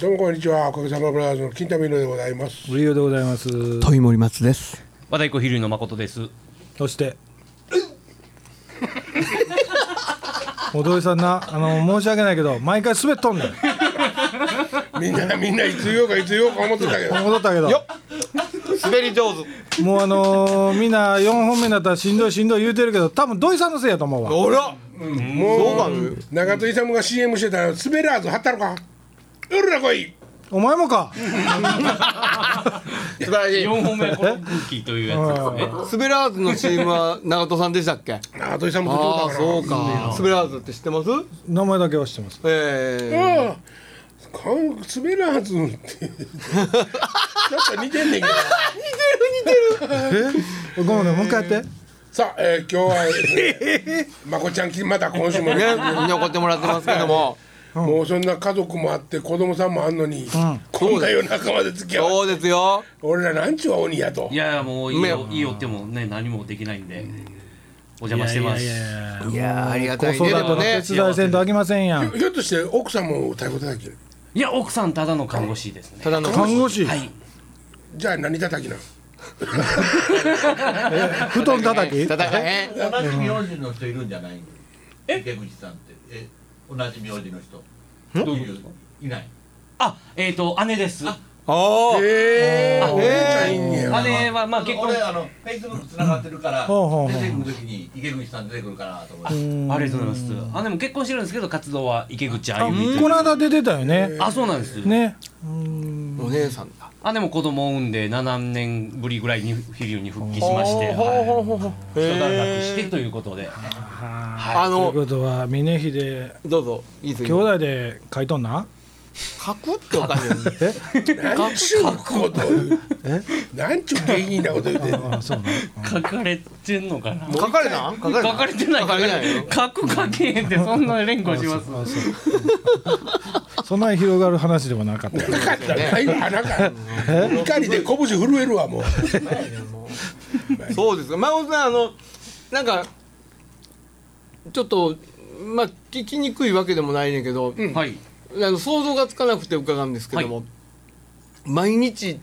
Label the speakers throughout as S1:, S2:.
S1: どうもこんにちはおかげさまブラザーズの金田美濃でございます
S2: 無料でございます
S3: 問い森松です
S4: 和太鼓飛龍の誠です。
S2: そしておどりさんなあの申し訳ないけど毎回滑っとんねん
S1: みんなみんないつ言おうかいつ言おうか思ってたけど
S2: 戻ったけど
S4: 滑り上手。
S2: もうあのーみんな4本目になったらしんどいしんどい言うてるけど多分土井さんのせいやと思うわ
S3: おら
S1: もう長門勇が CM してたら滑らずはったのかうるら来い
S2: お前もか
S3: 素晴らしい
S4: 四本目はこの空気というやつですね。
S3: 滑らーずのチームは長門さんでしたっけ
S1: 長門勇も途
S3: ああ
S1: 中
S3: そう
S1: だから
S3: か滑らーずって知ってます
S2: 名前だけは知ってます
S3: ええ
S1: ああ顔滑らずってちょっと似てんねんけど
S2: ごめんねもう一回やって
S1: さあ、えー、今日は、 えー、まこちゃんきまた今週もね
S3: ねみんな怒ってもらってますけども
S1: もうそんな家族もあって子供さんもあんのに、こんな夜中まで付き合う
S3: そうですよ
S1: 俺らなんちゅう鬼やと
S4: いやいやもういい
S3: ね
S4: よいいよってもね何もできないんでお邪魔してます。
S3: いやーありが
S2: 子
S3: たいね
S2: 育て
S3: でも
S2: の手
S3: ね
S2: 伝いせんとあきませんやん
S1: ひょっとして奥さんも太鼓叩き
S4: いや奥さんただの看護師ですね。
S3: ただの
S2: 看護師、
S4: はい。
S1: じゃあ何叩きなん
S2: 布団叩き
S3: 叩かへん
S5: 同じ名字の人いるんじゃないえ池口さんってえ同じ名字の人
S4: どう
S5: い
S4: いう
S5: るいない
S4: あえっ、と姉です。
S3: おお
S1: えー、お姉ちゃんいんねや
S4: 姉はまあ結婚
S5: 俺あのフェイスブックつながってるから
S2: ほうほうほう
S5: 出てくる時に池口さん出てくるかなと思って
S4: ありがとうございます。姉も結婚してるんですけど活動は池口あゆみという
S2: この間出てたよね
S4: あそうなんです。
S2: ね
S3: お姉さんだ
S4: 姉も子供を産んで7年ぶりぐらいに飛龍に復帰しまして、はい、一段落してということで。
S3: あ
S2: という
S3: の
S2: ことは峰秀
S3: どうぞいいです
S2: 兄
S3: よ
S2: 弟で書いとんな
S3: 書くっておかしいよね
S2: え
S1: 何ちゅうこと
S2: え
S1: なんちゅう下品なこと言うてんの
S2: あそうな
S4: 書かれてんのかな。
S3: 書かれたん書かれた
S4: 書かれてない
S3: 書かれないよ
S4: 書く書けへんってそんな連呼します
S2: あそうそんなに広がる話ではなか った
S1: なかったないわなんか怒りで拳震えるわもう
S3: そうですか孫さんあのなんかちょっとまあ聞きにくいわけでもないねんけど、
S4: はい
S3: あの想像がつかなくて伺うんですけども、毎日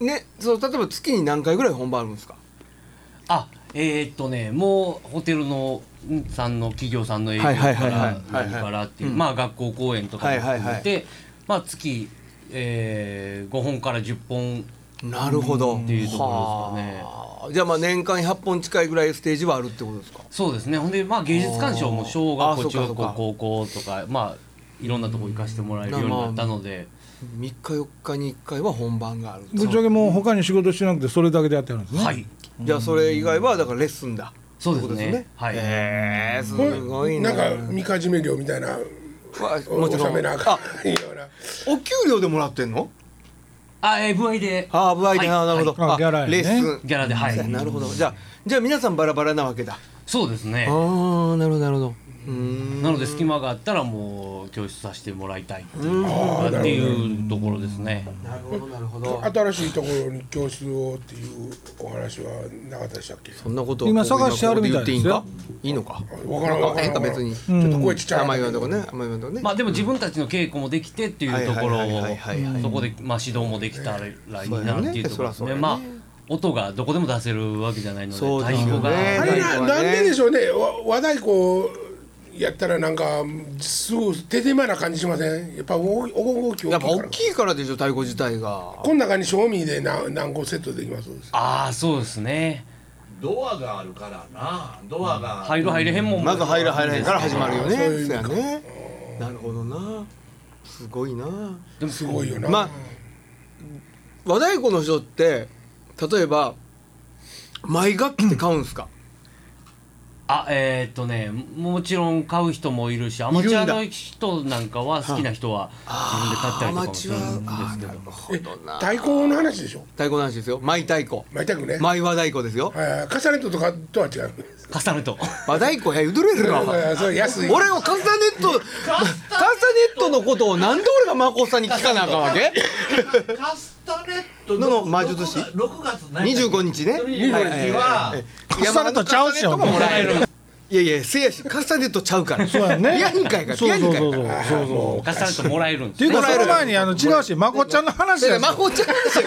S3: ねそう例えば月に何回ぐらい本番あるんですか
S4: あえーっとねもうホテルのんさんの企業さんの営業か
S3: はいはいはいは
S4: ら
S3: い
S4: 何からっていう
S3: うん
S4: まあ学校公演とかも含
S3: はい
S4: め
S3: はい
S4: てまあ月えー5本から10本
S3: なるほど。
S4: っていうところですかね
S3: はあじゃあまあ年間100本近いぐらいステージはあるってことですか
S4: そうですねほんでまあ芸術鑑賞も小
S3: あー
S4: 学
S3: そ
S4: 校
S3: うか
S4: 中
S3: そ
S4: 学
S3: うか
S4: 校高校とかまあいろんなとこ行かせてもらえるようになったので
S3: 3日4日に1回は本番がある
S2: ぶっちゃけもう他に仕事してなくてそれだけでやってるんですね、
S4: はい
S3: じゃあそれ以外はだからレッスンだ
S4: そうです
S3: ってことです
S4: ね
S3: ね
S4: はい
S3: えー、すごいな
S1: なんかみかじめ料みたいな
S3: わ
S1: お
S3: もちろ
S1: 納め
S3: ん
S1: なあ
S3: あ
S1: かんような
S3: お給料でもらってんの
S4: あえー部合で
S3: ああ、はい、
S4: はい
S3: なるほ
S2: はい
S3: ど。
S2: あギャラやね
S3: レッスン。
S4: ギャラではい
S3: なるほど。じゃあ、じゃあ皆さんバラバラなわけだ。
S4: そうですね
S3: ああ、なるほど、なるほど。うーん。
S4: なので隙間があったらもう教室させてもらいたいっていうっていうところですね。
S3: なるほど、なるほど。
S1: 新しいところに教室をっていうお話はなかったでしたっけ
S3: そんなことを
S2: 今探してあるみたいですよ
S3: ここで言っていいんか。いいのか。
S1: わからんわからん
S3: なんか別に。
S1: ちょっと声ちっちゃ
S3: あ
S1: い
S3: んまり言わんとこね。あんまり言わんとこね。
S4: まあでも自分たちの稽古もできてっていうところ
S3: はいはい
S4: を
S3: はいはいはい
S4: そこでまあ指導もできたらいいなっていうところです
S3: そうやね
S4: ね。まあ音がどこでも出せるわけじゃないので
S3: そう
S4: 太
S3: ですよね
S4: 鼓が
S1: あれな
S3: 太鼓
S1: な
S3: は
S1: ん
S3: ね
S1: ででしょうねわ和太鼓やったらなんかすごい手狭な感じしませんやっぱおお動き大
S3: や
S1: きい
S3: っぱ
S1: か
S3: 大
S1: ら
S3: きいからでしょ、太鼓自体が。
S1: この中に賞味で何何個セットできます
S4: ああそうですね。
S5: ドアがあるからなドアが
S4: 入る入れへんもん
S3: まず入ら入らへんから始まるよね。
S1: そ
S3: そうう
S1: いう
S3: やね。なるほどな。すごいな。
S4: でも
S1: すごいよな、
S3: まあ和太鼓の人って、例えば。毎楽器って買うんすか。
S4: あえーっとねもちろん買う人もいるしアマチュアの人なんかは好きな人は自分で買った
S3: ア
S4: りとか
S3: マ
S4: もす
S3: チ
S4: る
S3: ュ
S4: んで
S3: ア。あ
S4: す
S3: ー
S4: け
S3: な
S4: ど
S3: る。ほどな。
S1: 太鼓の話でしょ
S3: 太鼓の話ですよ。舞太鼓。
S1: 舞太鼓ね、
S3: 舞和太鼓ですよ。
S1: はいカサレットとかとは違う
S4: 重ねと。
S3: 和太鼓やゆるれるな。
S1: あそれ安い
S3: 俺はカスタネット、カスタネットのことをなんで俺がマコさんに聞かなあかんわけ？
S5: カスタネット
S3: の魔術師
S5: 6月
S3: 二十五日ね。
S5: 25日は
S3: カスタネットちゃうしよ。もらえる。いやいやせやし重ねとちゃうから
S2: そうやね
S3: いやんかいから
S2: そうそうそう
S3: やんかいか
S2: そ
S3: ら
S2: う
S1: あ
S2: そう
S1: ー
S2: そ
S1: も
S2: う
S4: 重ねてもらえる
S2: っ
S4: んです
S2: ていう
S4: ね
S2: か
S3: もらえ
S2: そ
S3: る
S2: の前にあの違うしまこっちゃんの話
S3: だか
S2: や
S3: らまこちゃんですよ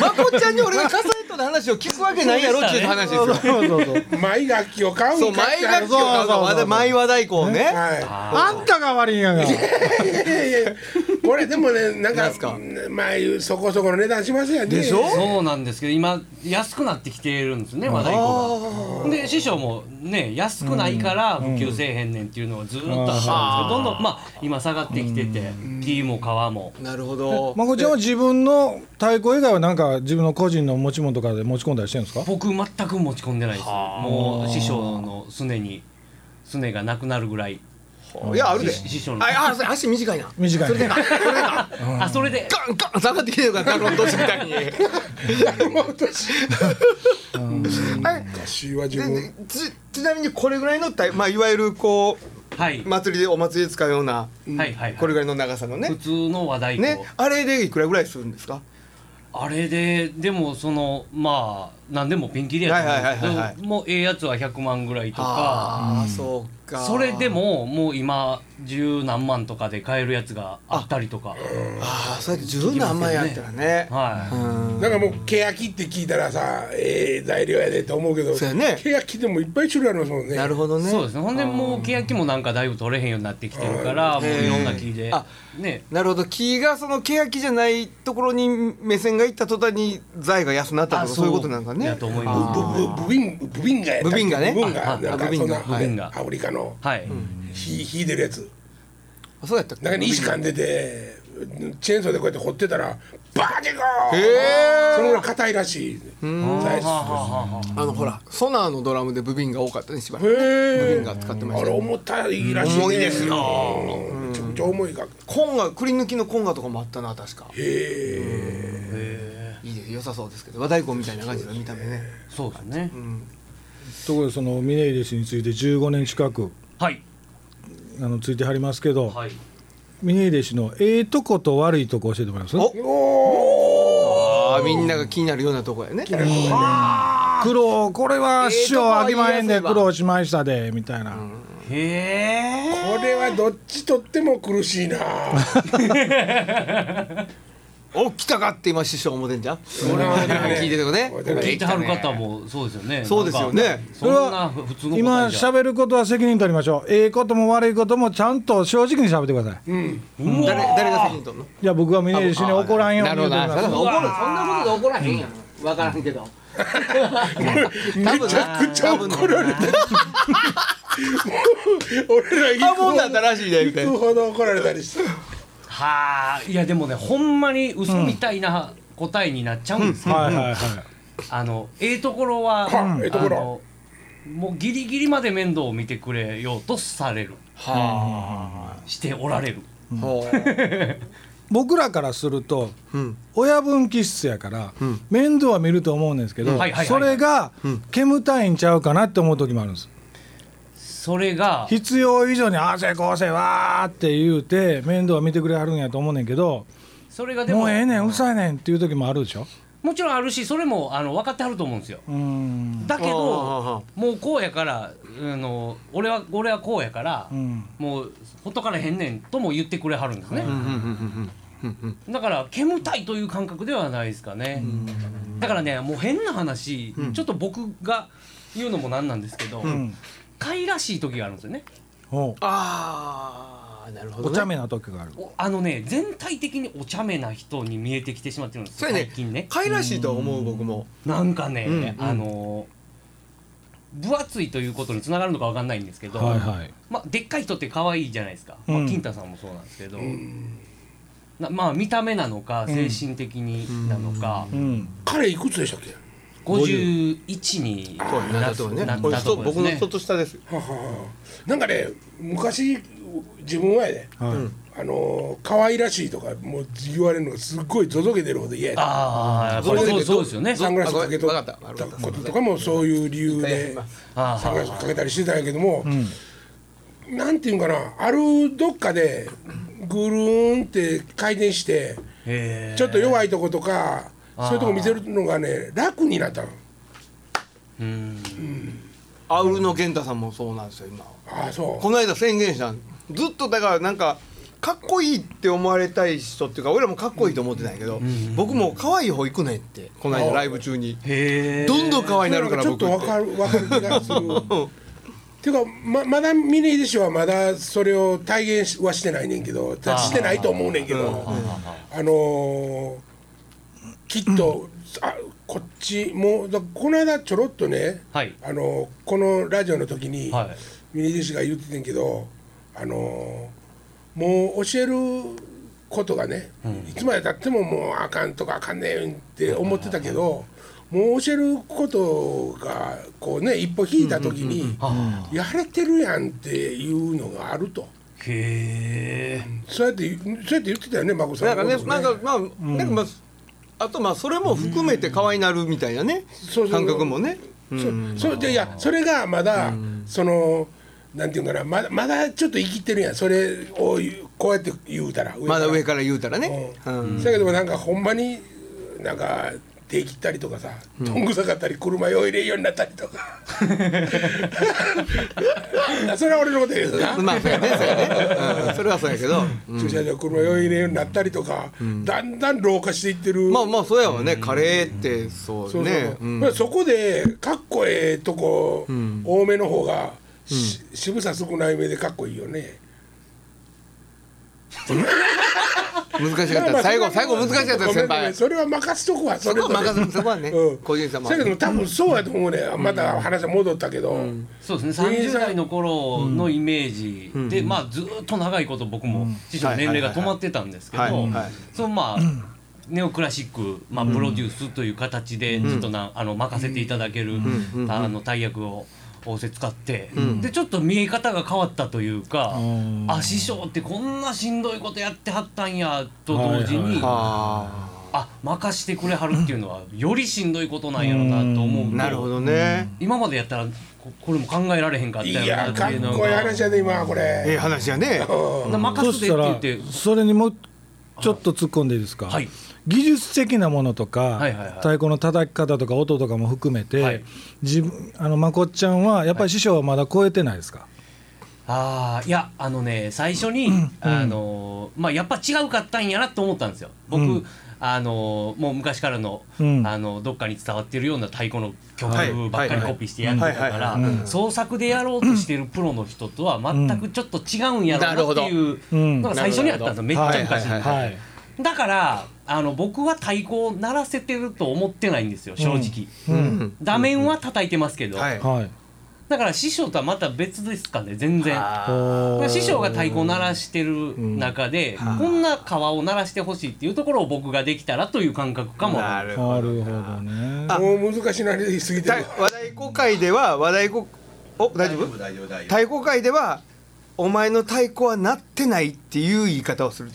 S3: まこちゃんに俺が重ねとの話を聞くわけないやろっていう話で
S2: そ
S3: す
S2: うそ
S3: よ
S2: うそうそう
S1: う毎楽器を買
S3: そううん
S1: かっ
S3: 前
S1: て
S3: 楽器を買うか和田前和太鼓をね
S1: は
S2: あんたが悪いんやが
S1: い、いやいやいやこれでもねなん
S3: な
S1: か
S3: んすか
S1: まあそこそこの値段しますよね
S3: でしょ
S4: そうなんですけど今安くなってきてるんですね和太鼓が。で師匠もね安くないから普及せえへんねんっていうのがずーっとあったんですけどどんどんまあ今下がってきてて木も皮も。
S3: なるほど
S2: まこちゃんは自分の太鼓以外はなんか自分の個人の持ち物とかで持ち込んだりしてるんですか
S4: 僕全く持ち込んでないですもう師匠のすねにすねがなくなるぐらい
S3: いやあるで
S4: 師師匠の
S3: ああそれ足短いな
S2: 短いね
S4: あそれで
S3: ガンガン下がってきてるからガロンドスみ たいに
S1: 昔は自
S3: で
S1: 分
S3: ちちなみにこれぐらいの体、まあ、いわゆるこ
S4: は
S3: う
S4: い
S3: 祭りでお祭りで使うような
S4: はいはい
S3: これぐ
S4: が
S3: らいの長さの
S4: 普
S3: ね
S4: 通の和太鼓、
S3: ねあれでいくらぐらいするんですか
S4: あれででもそのまあ何でもピンキリやと思うんですけど、
S3: はいはいはいはい
S4: もうええやつは100万ぐらいとか
S3: ああそうか
S4: それでももう今十何万とかで買えるやつがあったりとか
S3: ああそうやって十何万やったらね
S4: は
S3: う
S4: い、
S3: ん
S1: なんかもうケヤキって聞いたらさええ材料やでと思うけど
S3: そうやね
S1: ケヤキでもいっぱい種類ありますもんね
S3: なるほどね
S4: そうですねほんでもう欅もなんかだいぶ取れへんようになってきてるからもういろんな木
S3: へ
S4: で
S3: ーあ
S4: ね
S3: なるほど木がその欅じゃないところに目線がいった途端に財が安くなったとか
S4: あ
S3: そういうことなんかね
S4: やと思い
S1: ブ
S4: ま
S1: ブブビンブビンガやったっけ
S3: ブビンガね
S1: ブビンガ
S4: あ
S1: なんか
S3: あブビ
S1: そ
S3: ン
S1: ん
S3: ガ
S1: な
S4: ブビンガ
S1: アフリカの
S4: すはい、
S1: 火火出るやつ
S3: あそうやったっけ
S1: 中に石噛んでてチェーンソーでこうやって掘ってたらバーディゴー
S3: へー
S1: そのぐらい硬いらしい材質
S4: はあはあはあは
S3: あのほらソナーのドラムでブビンが多かったねしばらくブビ
S1: へ
S3: ンが使ってま
S1: あ
S3: し
S1: れ
S3: た
S1: 重たいらしい、ね、
S3: 重いですよ
S1: うんめちゃくちゃ重いが
S3: コンガくり抜きのコンガとかもあったな確か
S1: へえ
S3: いいです良さそうですけど和太鼓みたいな感じの見た目ね
S4: あそうですね、
S2: ところでその峰秀氏について15年近く
S4: はい
S2: あのついてはりますけど、
S4: はい
S2: 峰秀氏のええとこと悪いとこ教えてもらえます
S3: お
S1: おお
S3: あーみんなが気になるようなとこやね
S2: 苦労これは師匠あきまへん
S3: え
S2: で
S3: えとこは言
S2: 苦
S3: いやすいわ
S2: 労しましたでみたいな、
S4: へえ
S1: これはどっちとっても苦し いな
S3: お来たかって今師匠思ってんじゃん
S1: 俺は
S3: 聞いてるとこね
S4: 聞いてはる方もそうですよね
S3: そうですよね
S4: なんかそんな普通の答えじゃ
S2: 今喋ることは責任取りましょうええことも悪いこともちゃんと正直に喋ってください
S3: 誰誰が責任取るの
S2: いや僕は峰秀氏に怒らんよう
S3: な
S2: に
S3: る
S2: 言
S3: ほ
S2: う
S3: ど
S2: てみ
S3: なそ
S2: ま
S3: ん
S2: す
S3: なことで怒らへんやん分からんけど多分
S1: めちゃくちゃ怒られたもう俺ら
S3: あもんだ
S1: 行
S3: ったらしいで言う
S1: く
S3: て
S1: 行くほど怒られたりして
S4: はあいやでもねほんまに嘘みたいな答えになっちゃうんですけど、
S2: はいはいはい
S4: あのええところは、
S1: はあええところ
S4: あのもうギリギリまで面倒を見てくれようとされる
S3: は
S4: しておられる
S3: あほう
S2: 僕らからすると
S3: うん
S2: 親分気質やから、
S3: ん
S2: 面倒は見ると思うんですけど、
S4: うんはいはいはい
S2: それが煙たいんちゃうかなって思う時もあるんです
S4: それが
S2: 必要以上に「ああせこうせわ」って言うて面倒は見てくれはるんやと思うねんけど
S4: それがでも
S2: もうええねんうるさいねんっていう時もあるでしょ
S4: もちろんあるしそれもあの分かってはると思うんですよ
S2: うーん
S4: だけ
S3: あ
S4: どもうこうやからあの俺は俺はこうやから、
S2: うん
S4: もうほっとからへんねんとも言ってくれはるんですね、
S3: うんうんうんうんうん
S4: だから煙たいという感覚ではないですかね、だからねもう変な話、ちょっと僕が言うのもなんなんですけど、
S2: ん
S4: かいらしい時があるんですよね
S2: お
S3: ああなるほど
S2: お
S3: ね
S2: 茶目な時がある
S4: おあのね全体的にお茶目な人に見えてきてしまってるんです
S3: そ
S4: よ
S3: れ
S4: 最
S3: ね
S4: 近ね
S3: 可愛らしいとは思う僕も
S4: なんかね、
S3: うんうん
S4: あの分厚いということにつながるのかわかんないんですけど、
S2: はいはい
S4: まあ、でっかい人って可愛いじゃないですか、
S2: う
S4: ま
S2: ん
S4: あ、金太さんもそうなんですけど、なまあ見た目なのか精神的になのか、
S2: うん
S1: 彼いくつでしたっけ
S4: 51に
S3: そうや
S4: な
S3: な
S4: っ
S3: るほどね
S4: な
S3: こ
S4: っ
S3: れ
S4: たとこで
S3: 僕
S4: す
S3: の
S4: ね
S3: 人と下ですよ
S1: ははなんかね昔自分はやで
S2: はい
S1: あの可愛らしいとかもう言われるのがすっごいぞぞけ出るほど嫌やった
S4: ああそうそうそうですよね
S1: サングラスかけとっ
S3: わか
S1: た
S3: ったわかった
S1: こととかもそういう理由
S3: やり
S1: で
S3: ます
S4: あ
S1: サングラス
S4: あ
S1: かけたりしてたんやけども、なんていうんかなあるどっかでぐるーんって回転して
S4: へえ
S1: ちょっと弱いとことかそういうとこ見せるのがね楽になったの。
S4: うん
S3: アウルの源太さんもそうなんですよ今
S1: ああそ
S3: この間宣言したんずっとだからなんかかっこいいって思われたい人っていうか俺らもかっこいいと思ってないけど、僕も可愛い方行くねんってこの間ライブ中に
S4: へえ
S3: どんどん可
S1: う
S3: 愛いなるから
S1: ちょっとわ
S3: 僕
S1: かるわかる気がするていうかままだ峰秀氏はまだそれを体現はしてないねんけどたしてないと思うねんけどあのーきっと、あこっちもうだこの間ちょろっとね
S4: はい
S1: あのこのラジオの時に、
S4: はい
S1: ミニディシが言ってたんけどあのもう教えることがね、いつまでたってももうあかんとかあかんねんって思ってたけど、もう教えることがこうね一歩引いた時に、
S4: あ
S1: やれてるやんっていうのがあると
S4: ーへえ
S1: そうやってそうやって言ってたよね眞子さ
S3: なんんかねなんかまあ、なんかまああとまあそれも含めて可愛いなるみたいなね、
S1: そうそう
S3: 感覚もね、うん
S1: そそうでいやそれがまだ、そのなんていうかなまだまだちょっと生きてるやんそれを言うこうやって言うたら
S3: まだ上
S1: か
S3: から言うたらね、う
S1: うんんだけどなんかほんまになんか手切ったりとかさどんぐさかったり車用入れんようになったりと かそれは俺のことやけどな、
S3: まあそうやねそうやね、うん、それはそうやけど、
S1: 駐車場車用入れんようになったりとか、だんだん老化していってる
S3: まあまあそうやわね、カレーってそうね
S1: そうそうそう
S3: うん
S1: まあそこでかっこええとこ、多めの方が、し渋さ少ない目でかっこいいよね。
S3: 難しかった
S1: まあ
S3: 最
S1: ま
S3: 後
S1: あ
S3: 最後難しかった
S1: ごめんご
S3: 先
S1: めん
S3: 輩
S1: それは任すとこは
S3: そ
S1: それ
S3: こは任せそこはね、
S1: うん
S3: 個人差もあ
S1: だ
S3: る
S1: けど多分そうやと思うね。また話戻ったけど、
S4: そうですね30代の頃のイメージで、まあずーっと長いこと僕も師匠の年齢が止まってたんですけど、
S3: はいはいはい
S4: そのまあネオクラシック、まあ、プロデュースという形でずっとな、あの任せていただける、あの大役を仰せ使って、でちょっと見え方が変わったというか、
S2: うん
S4: あ師匠ってこんなしんどいことやってはったんやと同時に、
S2: はいはい
S3: あ
S4: あ任してくれはるっていうのはよりしんどいことなんやろなと思う
S3: あ
S4: と
S3: なるほどね、
S4: 今までやったらここれも考えられへんかった
S1: い
S4: よな
S1: や
S4: って
S1: かっ
S4: いうの
S1: こいい
S4: が
S1: 話やね今こ
S3: ええ
S1: れ。
S3: 話やね
S1: うん
S4: だ
S2: そ
S4: 任せ
S2: してた
S4: って言
S2: ら
S4: って
S2: それにもうちょっと突っ込んでいいですか、
S4: はい
S2: 技術的なものとか、
S4: はいはいはい
S2: 太鼓の叩き方とか音とかも含めて、
S4: はい
S2: 自分あのまこっちゃんはやっぱり師匠はまだ超えてないですか、
S4: あーいやあのね最初に、あのーまあやっぱ違うかったんやなと思ったんですよ僕、
S2: うん
S4: あのーもう昔からの、
S2: うん
S4: あのどっかに伝わってるような太鼓の曲
S3: はい
S4: ばっかりコピーしてやってた
S3: はい
S4: か
S3: はい
S4: ら
S3: はいはい
S4: 創作でやろうとしてるプロの人とは全くちょっと違うんやろうなって
S2: う
S4: いうんのが最初にあったんですよめっちゃ昔に。
S3: はい
S2: はい
S4: だからあの僕は太鼓を鳴らせてると思ってないんですよ正直、
S2: う
S3: うんん
S4: 打面は叩いてますけど、
S3: はい
S2: はい
S4: だから師匠とはまた別ですかね全然
S2: おー
S4: 師匠が太鼓を鳴らしてる中で、こんな革を鳴らしてほしいっていうところを僕ができたらという感覚かも
S3: なる
S2: な
S3: ほど
S2: るほどね
S1: もう難しいなりすぎて
S3: た
S1: る。
S3: 和太鼓界では和太鼓お大丈夫
S5: 大丈夫大丈
S3: 太鼓界ではお前の太鼓は鳴ってないっていう言い方をする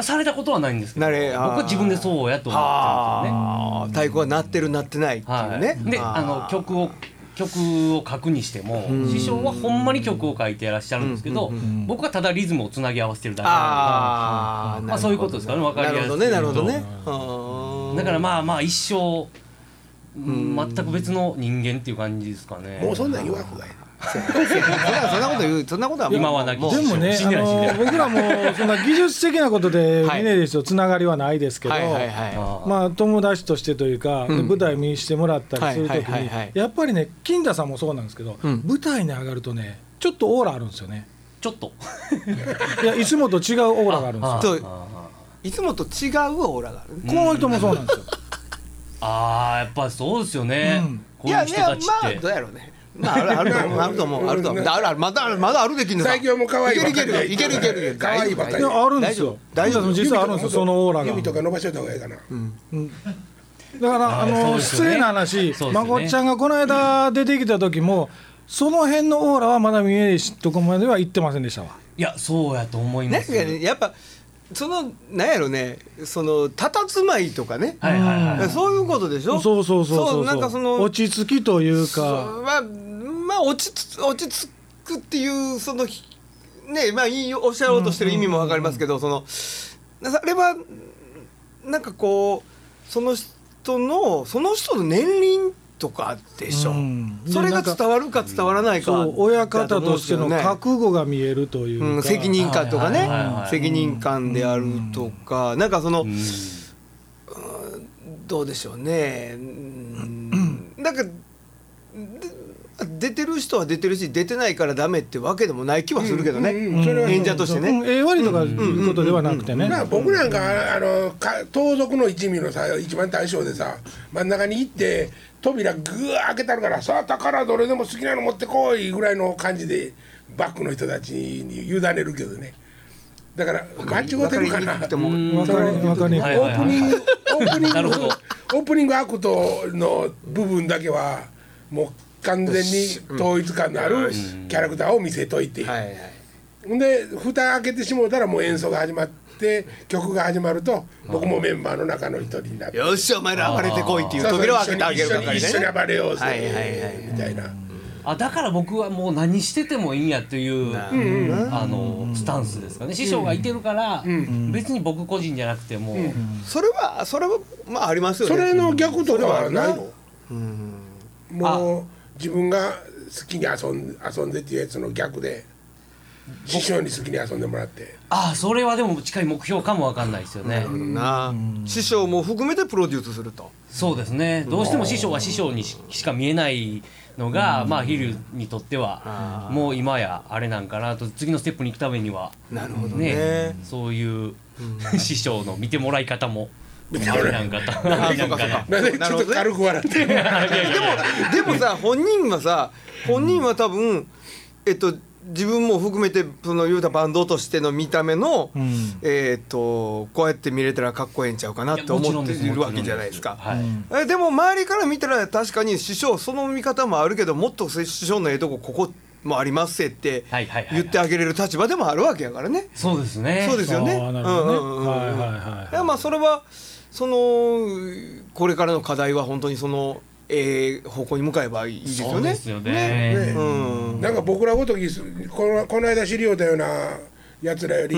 S4: されたことはないんですけど
S3: な
S4: 僕
S3: れあー
S4: は自分でそうやと思ってるん
S3: はあ太鼓は鳴ってる鳴ってないっていう
S4: ですよね。
S3: ね
S4: はい、であの曲を曲を書くにしても師匠はほんまに曲を書いていらっしゃるんですけど、僕はただリズムをつなぎ合わせてるだけな
S3: ああ
S4: まあそういうことですかねわかりや
S3: なる
S4: すい
S3: ほどねなるほどねあ
S4: の
S3: ー
S4: でだからまあまあ一生うん全く別の人間っていう感じですかね。
S1: もうそんなん言わんほうがいい。
S3: そんなこと言うそんなことは
S4: 今はなき
S3: もう
S2: でもね、
S4: 死
S2: あ
S4: んでない
S2: の
S4: 死んでない
S2: 僕らもそんな技術的なことで
S3: はい
S2: ミネリスとつながりはないですけど、
S3: はいはいはい
S4: あー
S2: まあ友達としてというか、
S3: ん
S2: 舞台見してもらったりする時
S3: はいはい
S2: に
S3: はいはい
S2: やっぱりね金田さんもそうなんですけど、
S3: うん
S2: 舞台に上がるとねちょっとオーラあるんですよね
S4: ちょっと。
S2: いやいつもと違うオーラがあるんですよ
S4: あ
S3: そう
S4: ー
S3: いつもと違うオーラがある
S2: この人もそうなんですよ
S4: あーやっぱそうですよね、
S2: うん
S4: こういう人たち
S3: ま
S4: っ
S3: あ
S4: て、
S3: どうやろうねまああるある と思うあると思うあると思うあるあるまだあるまだあるできんのさ
S1: 最近はもう可愛いばっかりで
S3: いけるいけるいけるいける
S1: 可愛いばっか
S2: い
S1: りで。
S2: やあるんですよ
S3: 大丈夫
S2: 金田さんも実はあるんですよそのオーラが
S1: 指とか伸ばしといた方がいいかな。
S2: だからあ
S4: ーそう
S2: の
S4: です
S2: 失
S4: よね
S2: 礼な話、
S4: そうですよ
S2: ま
S4: ね
S2: こっちゃんがこの間出てきた時もその辺のオーラはまだミネリスとこまでは行ってませんでしたわ
S4: いやそうやと思い
S3: な
S4: ま
S3: んか
S4: す
S3: ねやっぱそのなんやろねその佇まいとかね
S4: はいはいはい、
S3: そういうことでしょ
S2: そうそうそうそう
S3: そうなんかその
S2: 落ち着きというか
S3: そうまあまあ落ちつ落ち着くっていうそのひねまあいいおっしゃろうとしてる意味もわかりますけど、そのなあれはなんかこうその人のその人の年輪とかでしょ、
S2: うん
S3: それが伝わるか伝わらないか
S2: そう親方としての
S3: だ思うんですよね
S2: 覚悟が見えるというか、
S3: うん、責任感とかね、
S4: はいはいはいはい
S3: 責任感であるとか、なんかその、
S4: うん
S3: どうでしょうね、うん、なんかで出てる人は出てるし出てないからダメってわけでもない気はするけどね、
S1: うんうんそれは
S3: 演者としてね、
S2: うん、ええ割とかいうことではなくてね、
S1: まあ僕なんかあのか盗賊の一味のさ一番大将でさ真ん中に行って扉ぐー開けたるからさあ宝どれでも好きなの持ってこいぐらいの感じでバックの人たちに委ねるけどねだから間違うてるかな
S3: わりにくくても
S2: わかりわかりにくい
S1: オープニングオープニン
S4: なる
S1: グ
S4: ほど
S1: オープニングアクトの部分だけはもう完全に統一感のあるキャラクターを見せといて、
S3: はいはい
S1: ほんで蓋開けてしもうたらもう演奏が始まって曲が始まると僕もメンバーの中の一人になって
S3: よっしゃお前ら暴れてこいっていう
S1: そうそう
S3: 扉を開けてあげる
S1: 一緒に
S3: 係
S1: 一緒に
S3: ね
S1: 暴れようぜ、
S3: はいはいはい
S1: みたいな
S4: あだから僕はもう何しててもいいんやという、あのスタンスですかね、師匠がいてるから、別に僕個人じゃなくても、
S3: それはそれはまあありますよね
S1: それの逆とかはないのも
S4: あ
S1: う自分が好きに遊ん遊んでっていうやつの逆で師匠に好きに遊んでもらって
S4: あそれはでも近い目標かもわかんないですよね、
S3: なあ師匠も含めてプロデュースすると
S4: そうですねどうしても師匠は師匠にししか見えないのが、まあ飛龍にとってはもう今やあれなんかなと次のステップに行くためには
S3: なるほど
S4: ね
S3: ね
S4: そういう、 師匠の見てもらい方も見てもらい方
S3: あ
S4: な
S3: あ
S4: ん
S3: そうかそうか
S4: か
S1: なんでち
S3: なる
S1: ょっ
S3: ほど
S1: と
S3: ね
S1: 軽く笑ってる
S3: でもでもさ本人はさ本人は多分えっと自分も含めてその言うたバンドとしての見た目の、
S2: うん
S3: えっとこうやって見れたらかっこええんちゃうかなって思っているわけじゃないですか。
S4: はい
S3: えでも周りから見たら確かに師匠その見方もあるけどもっと師匠のええとこここもありますせって
S4: はいはいはいはい
S3: 言ってあげれる立場でもあるわけやからね。
S4: そうですね
S3: そうですよね。
S2: あーなるほどね
S3: うんうんうんうん
S2: はいはいはい
S3: いやまあそれはそのこれからの課題は本当にそのええ方向に向かえばいいですよ
S4: そう
S3: ね
S4: で。すよね
S1: ね
S3: うん。
S1: なんか僕らごときすこのこの間知り合うたようなやつらより、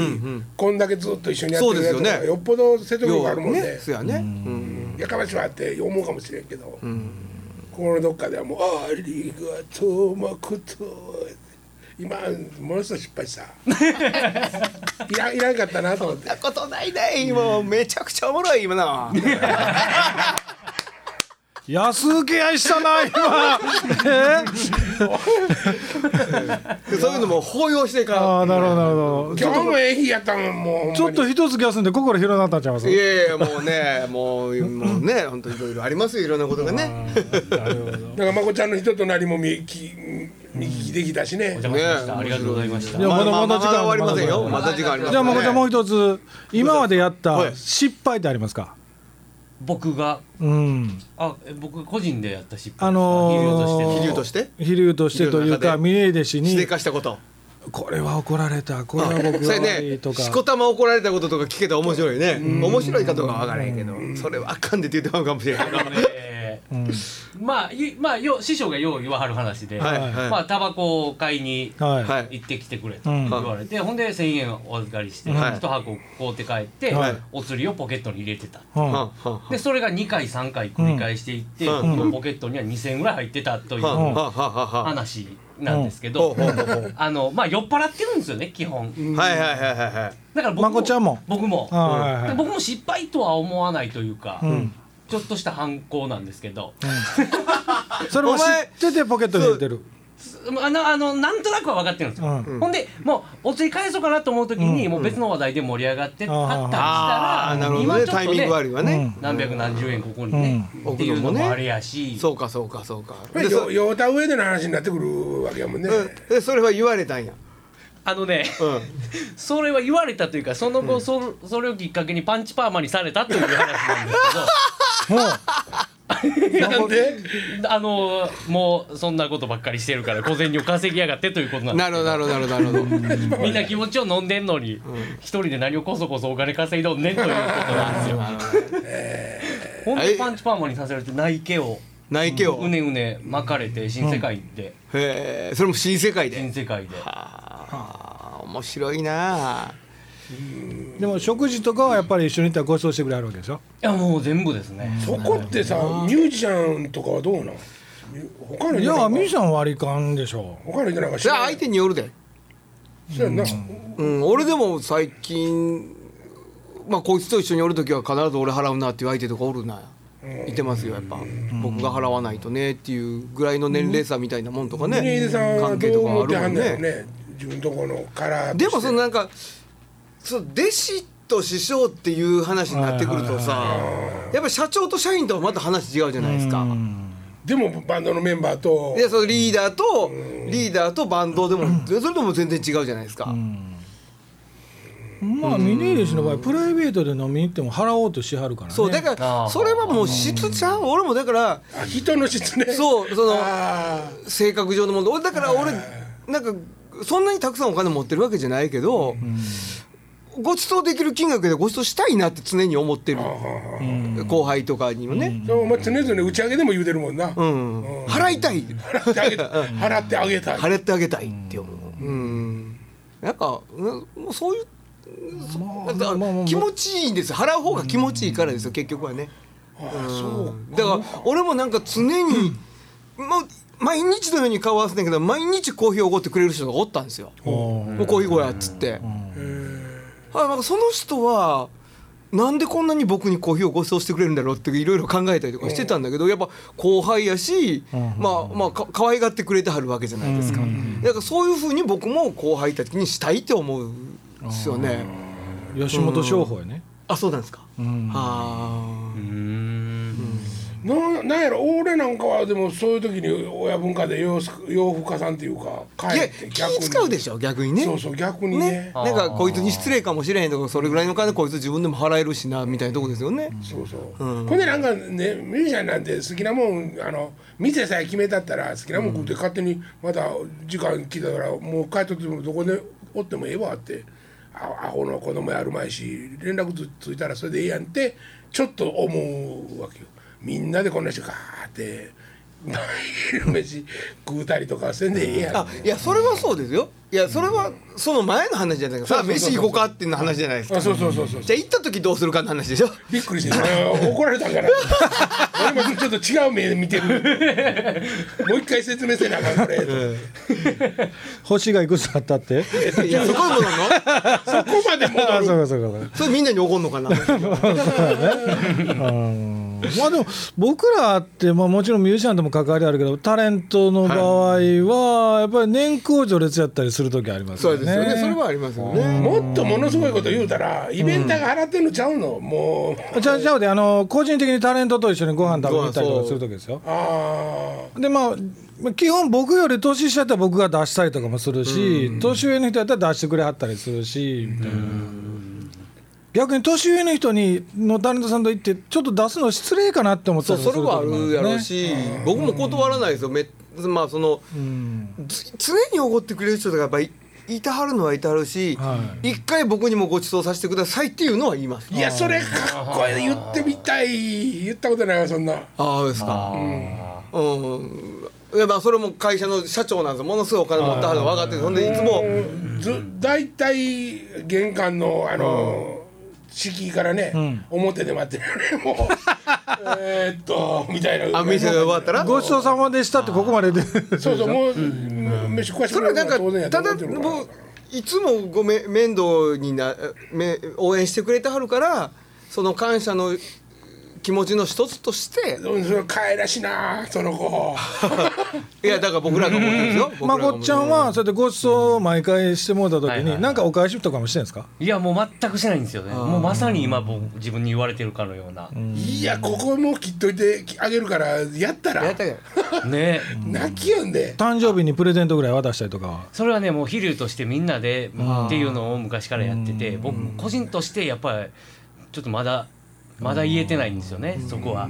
S1: こんだけずっと一緒にやってるやつ
S3: そう
S1: ら
S3: です
S1: が
S3: よね
S1: よっぽど説得力あるもんね
S3: ね。そうやね。うん。
S1: やかましいわって思うかもしれんけど、心のどっかではもう「ありがとう誠」今ものすごい失敗したいらんいらんかったなと思って
S3: そんなことないね。もうめちゃくちゃおもろい今な。
S2: 安請け合いしたな今え
S3: そういうのも抱擁していか
S2: ああなるほどなるほどちょ
S1: 今日もええ日やったもんもう
S2: ちょっと一つ休んで心広なったんちゃいます
S3: ん。いやいやもうねもうもうね 本当いろいろありますよいろんなことがね。
S1: なんかまこちゃんの人となりも見えき見聞きできたしね
S4: お邪魔しました、ありがとうございました
S2: いやまだまだ時間
S3: 終わりませんよ。
S2: ま
S3: まだ時間あります
S2: じゃあまこちゃんもう一つ今までやっ
S3: は
S2: た
S3: い
S2: 失敗ってありますか
S4: 僕が
S2: うん
S4: あえ僕個人でやった失敗ですか
S2: あのー
S4: 飛龍
S3: 飛
S4: として
S3: 龍として
S2: 飛龍としてという
S3: 飛龍の中
S2: か
S3: で
S2: 三重弟子
S3: しで
S2: に
S3: かしたこと。
S2: これは怒られたこれは僕
S3: そ
S2: が
S3: れ
S2: 悪い
S3: ね
S2: と、か
S3: しこたま怒られたこととか聞けたら面白いね。面白いかどうかわからへんけど、それはあかんでって言ってまうかもしれんけど。
S4: のえーまあいまあよ師匠がよう言わはる話で、
S3: はいはい
S4: まあタバコを買いに
S2: はい、
S3: はい
S4: 行ってきてくれと言われて、ほんで1,000円お預かりして、
S3: はい
S4: 一箱買うて帰って、
S2: はい
S4: お釣りをポケットに入れてた。
S2: うん
S3: はんはんはん
S4: でそれが2回3回繰り返していって、
S3: うん
S4: 僕のポケットには2,000円ぐらい入ってたという
S3: はんはんはんはん
S4: 話なんですけど、
S3: うんほうほうほう
S4: あのまあ酔っ払ってるんですよね基本。
S3: はいはいはいはいはい。
S4: だから僕
S2: まこちゃんも
S4: 僕も、
S2: あはいはい
S4: で僕も失敗とは思わないというか、
S2: ん
S4: ちょっとした反抗なんですけど、
S2: それも
S3: お
S2: 知っ
S3: 前
S2: ててポケットに入れてる
S4: あのあのなんとなくは分かってるんですよ、
S2: う
S4: ほんでもうお釣り返そうかなと思う時に、もう別の話題で盛り上がってた
S2: あー
S4: ったりした
S3: あ
S4: ら
S3: あ、なるほどね。タイミング
S4: ね
S3: 悪いわね。
S4: 何百何十円ここにね、
S3: うん
S4: っていうのもあれやし、
S3: そうかそうかそうか。
S1: やっぱ
S3: で
S1: り
S3: そ
S1: よ酔うた上での話になってくるわけやもんね、
S3: うん でそれは言われたんや。
S4: あのね、
S3: うん。
S4: それは言われたというかその後、そそれをきっかけにパンチパーマにされたという話なんですけど。
S2: もう
S1: なんで
S4: あのもうそんなことばっかりしてるから小銭を稼ぎやがってということなんで
S3: なるほどなるほどなるほどな るほど。
S4: すみんな気持ちを飲んでんのに、一人で何をこそこそお金稼いどんねんということなんですよ。ほんでパンチパーマにさせられて内気を
S3: 内気を
S4: う。ねうね巻かれて新世界行って、
S3: へえ、それも新世界で
S4: 新。世界で
S3: ああ、面白いなあ。
S2: でも食事とかはやっぱり一緒に行ったらご馳走してくれはるわけでしょ
S4: やもう全部ですね
S1: そこってさミュージシャンとかはどうなん他の
S2: い
S1: 人
S2: や
S1: なん
S2: ミュージ
S1: か
S2: シャン割り勘でしょ
S1: 他の人なんか知
S3: それは
S1: らない
S3: 相手によるで、
S1: そうやんな
S3: うん、俺でも最近まあこいつと一緒におる時は必ず俺払うなっていう相手とかおるな、いてますよやっぱ、僕が払わないとねっていうぐらいの年齢差みたいなもんとかね、
S1: 峰井さんは
S3: 関
S1: ど
S3: 係と
S1: う
S3: か
S1: 思
S3: あ
S1: って
S3: る
S1: は
S3: も
S1: ん
S3: ん
S1: の
S3: ね
S1: よね自分とこのカラー
S3: でもそのなんかそう弟子と師匠っていう話になってくるとさやっぱ社長と社員とはまた話違うじゃないですか。
S1: でもバンドのメンバーと
S3: でそのリーダーとリーダーとバンドでもそれとも全然違うじゃないですか。
S2: まあ峰入氏の場合プライベートで飲みに行っても払おうとしはるからね
S3: そうだか
S4: あ
S3: ら
S4: ー
S3: それはもう質ちゃん俺もだから
S1: あ人の質ね
S3: そうその
S1: あー
S3: 性格上の問題俺だから俺なんかそんなにたくさんお金持ってるわけじゃないけど。ご馳走できる金額でご馳走したいなって常に思ってる後輩とかにもね、
S1: そうお前常々打ち上げでも言うてるもんな
S3: うん払いたい
S1: 払ってあげた払ってあげたい
S3: 払ってあげたいって思ううんなんかうんもうそういうそだから
S2: まあまあ
S3: 気持ちいいんですよ払う方が気持ちいいからですよ結局はね
S1: あそう
S3: だから俺もなんか常にもう毎日のように顔合わせてんけど毎日コーヒーをおごってくれる人がおったんですよ
S2: おー
S3: もうコーヒーごやっつってあなんかその人はなんでこんなに僕にコーヒーをご馳走してくれるんだろうっていろいろ考えたりとかしてたんだけどやっぱ後輩やし、まあまあか可愛がってくれてはるわけじゃないですか、だからそういうふうに僕も後輩たちにしたいって思うんですよね
S2: 吉本商法やね
S3: あそうなんですか、あ
S4: うーん
S1: ななんやろ俺なんかはでもそういう時に親文化で洋服洋服家さんっていうか
S3: あ
S1: 帰
S3: いや
S1: って逆に
S3: 気使うでしょ逆にね
S1: そうそう逆にね
S3: ねなんかこいつに失礼かもしれへんとかそれぐらいの金こいつ自分でも払えるしなみたいなとこですよね、
S1: そうそう、ほんでなんかねミュージシャンなんて好きなもんあの店さえ決めたったら好きなもん食うて勝手にまた時間来たからもう帰っとってもどこでおってもええわってあアホの子供やるまいし連絡つついたらそれでええやんってちょっと思うわけよみんなでこんな人ガーって 昼飯食うたりとかせんでええやん
S3: あいやそれはそうですよいやそれはその前の話じゃないですかさあ
S1: そうそうそう
S3: 飯行こうかっていう話じゃないです
S1: あ
S3: か
S1: そうそうそうそう
S3: じゃあ行った時どうするかの話でしょ
S1: びっくりしてあ怒られたんから俺もちょっと違う目で見てる もう一回説明せなあかんこれ、
S2: 星がいくつあった って
S3: いやそこに
S1: そこ
S3: 戻るの
S1: まで戻
S2: あそう
S1: る
S2: かそうかそうか
S3: それみんなに怒んの かな
S2: うんまあでも僕らって、まあ、もちろんミュージシャンとも関わりあるけどタレントの場合はやっぱり年功序列やったりする時あります
S3: そ
S2: よ
S3: う
S2: ね
S3: ですよねそれはありますよね
S1: もっとものすごいこと言うたらイベンターが払ってんのちゃうのもう
S2: ちゃうちゃうであの個人的にタレントと一緒にご飯食べに行ったりとかする時ですよ
S1: あ
S2: でまあまあ基本僕より年下やったら僕が出したりとかもするし、年上の人やったら出してくれはったりするし、みたいな逆に年上の人にのタレントさんと行ってちょっと出すの失礼かなって思った
S3: そ
S2: り
S3: う
S2: も
S3: それはあ
S2: 時も
S3: るやろうし僕も断らないですよめまあその
S2: うん
S3: つ常に怒ってくれる人とかやっぱりいたはるのはいたはるし
S2: は
S3: 一回僕にもご馳走させてくださいっていうのは言います
S1: あいやそれかっこいい言ってみたい言ったことないわそんな
S3: ああですか
S4: あ
S3: うんいやまあそれも会社の社長なんですよものすごいお金持ってはるの分かってるほんでいつも
S1: ず大体玄関のあの、敷居からね、表で待ってるよね もうえーっとみたいな
S3: あ店が終わったら
S2: ごちそうさまでしたってここまでで
S1: そうそうもう、飯食わして
S3: そ
S1: くれる
S3: れな
S1: の
S3: ん
S1: が
S3: か
S1: 当然やと
S3: た
S1: 思
S3: だ
S1: ってる
S3: もういつもごめん面倒になめ応援してくれてはるからその感謝の気持ちの一つとして
S1: うんそれ可愛らしいなその子
S3: いやだから僕らが思ってるんですよ僕ら
S2: ま
S3: が思
S2: こ
S3: ってる
S2: っちゃんはそうやってごちそうを毎回してもらった時
S4: はいはいは
S2: に
S4: い
S2: なんかお返しとかもしてるんですか
S4: いやもう全くしないんですよねもうまさに今僕自分に言われてるかのようない
S1: やここも切っといてあげるからやったら
S3: やったけど
S4: ね
S1: 泣きやんで
S2: 誕生日にプレゼントぐらい渡したりとかは
S4: それはねもう飛龍としてみんなでっていうのを昔からやってて僕個人としてやっぱりちょっとまだまだ言えてないんですよねそこは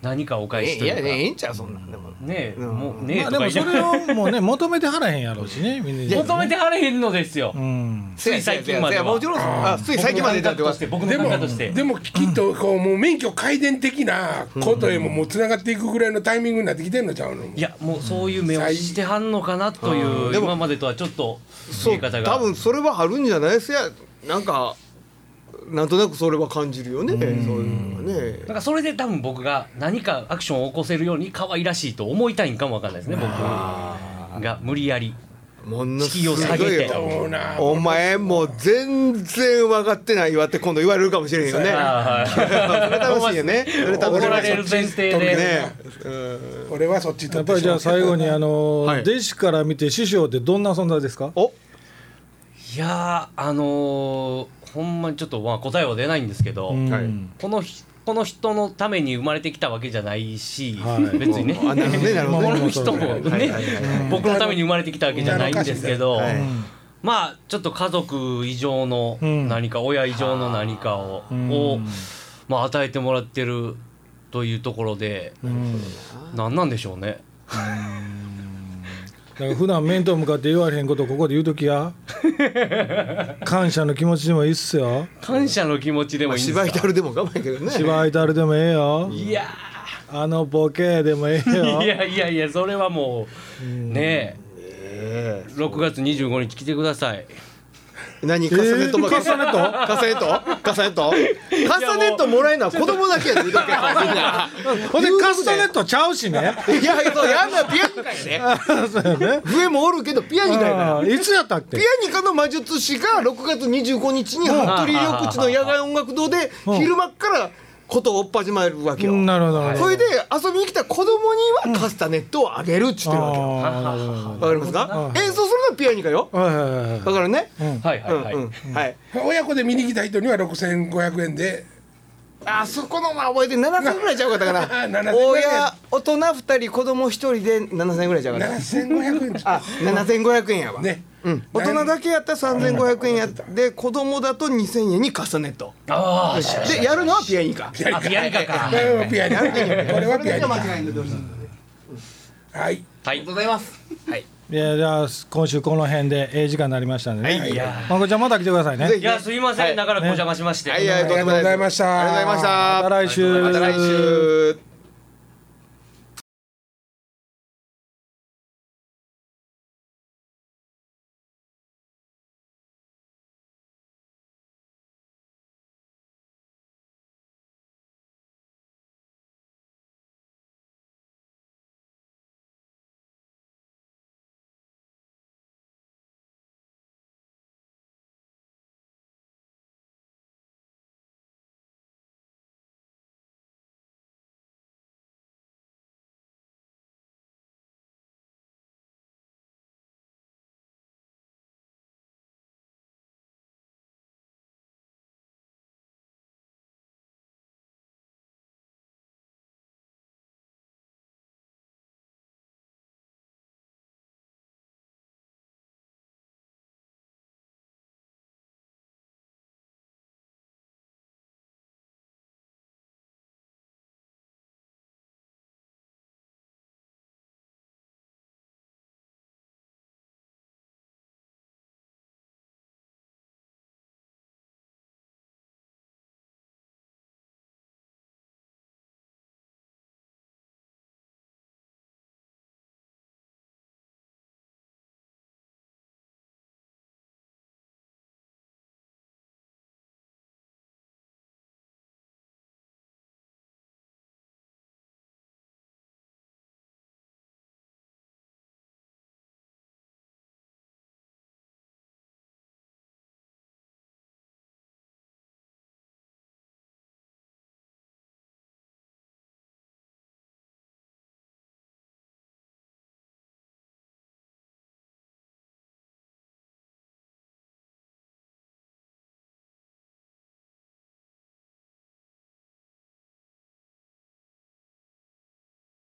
S4: 何かお返しと
S3: い
S4: いう
S3: や
S4: か
S3: ねえ
S4: ね
S3: えんちゃうそんなんでも
S4: え
S3: うん
S4: もうねえ
S2: まあ
S4: と
S2: で
S4: か言
S2: も
S4: いな
S2: そ
S4: がら
S2: れをもうね求めてはらへんやろうしねみんなね
S4: 求めてはれへんのですよ
S2: うん
S3: せやせや
S4: つい最近までは
S3: せやもちろんそうあつい最近までだって
S4: 僕の感覚と
S3: わ
S4: して僕の
S1: で
S4: 感
S1: も
S4: 覚として
S1: でもきっとこうもう免許改善的なことへももうつながっていくぐらいのタイミングになってきてんのちゃうの
S4: いやもうそういう目をしてはんのかなという、
S3: でも
S4: 今までとはちょっと
S3: そ
S4: 見
S3: う
S4: え方
S3: 多
S4: が
S3: 分それはあるんじゃないせやなんかなんとなくそれは感じるよね、そういうのがね
S4: なんかそれで多分僕が何かアクションを起こせるように可愛らしいと思いたいんかもわかんないですね僕が無理やり
S3: ものす
S4: 敷居を下
S3: ごい
S4: げて
S3: よ
S1: どうな
S3: お前もう全然分かってないわって今度言われるかもしれへんよねそれ楽しいよねそれ楽しい
S4: 怒られる前提で、
S3: ねうん
S1: 俺はそっち
S2: や
S1: 取
S2: っ
S1: って
S2: ぱりじゃあ最後にあの、
S3: はい
S2: 弟子から見て師匠ってどんな存在ですか
S3: お
S4: いやーあのーほんまにちょっとまあ答えは出ないんですけど、
S2: うん
S3: はい
S4: このひこの人のために生まれてきたわけじゃないし、
S2: はい
S4: 別にね
S3: あなるほどねなるほど
S4: こ
S3: ね
S4: の人もね、
S3: はいはい
S4: 僕のために生まれてきたわけじゃないんですけど、
S3: はい
S4: まあちょっと家族以上の
S2: うん
S4: 何か、親以上の何かを,、
S2: うん
S4: をまあ、与えてもらってるというところで、
S2: うん
S4: 何なんでしょうね。
S2: だから普段面と向かって言われへんことをここで言うときや感謝の気持ちでもいいっすよ
S4: 感謝の気持ちで
S3: ま
S4: も
S3: あ
S4: いいんです
S3: 芝
S4: か
S3: 居たるでも我慢やけどね
S2: 芝居たるでもええよ
S4: いや
S2: あのボケでもええ
S4: ー い
S2: よ
S4: やいやいやそれはもうねえ6月25日来てください
S3: 何カサネットばっかり
S2: えー
S3: カサネットカサネットカサネットもらえるのは子供だけやで言うとけよみんな
S2: ほんで
S3: 言うて
S2: カスタネットちゃうしね
S3: いやいやそうやんなピアニカやね笛もおるけどピアニカやから
S2: あーいつやったっけ
S3: ピアニカの魔術師が6月25日に服部緑地の野外音楽堂で昼間っからことを追っ始めるわけよ。
S2: なるほどなるほど
S3: それで遊びに来た子供にはカスタネットをあげるっちゅってるわけよ。わ
S2: あーなるほど
S3: かりますか演奏するのはピアニカよ。
S2: はいはいはい
S3: だからね。
S4: はいは
S3: う
S4: い
S3: ん
S4: はい、
S3: うんはい。
S1: 親子で見に来た人には6500円で
S3: あそこの覚えて7000ぐらいちゃうかったかな
S1: 7000
S3: 親大人2人子供1人で7000ぐらいちゃうかな
S1: 7500円ちょっと
S3: あ7500円やわ、
S1: ね
S3: うん、大人だけやったら3500円やで子供だと2000円に重ねと
S4: ああ
S3: でやるのはピアニカ
S1: ピアニカ
S4: ピアニカ か
S1: これはピアニカこれはピアニカ
S3: いんでどうした
S1: はい
S4: はいございます
S2: いやじゃあ今週この辺でええ時間になりましたんでね、
S4: いや
S2: まこちゃんまた来てくださいね
S3: ぜ
S4: いやすいません、
S3: はい
S4: 長らくお邪魔しまして、
S3: はいは
S1: あ
S3: い
S1: りがとうございました
S3: ありがとうございました
S2: また来週
S3: また来週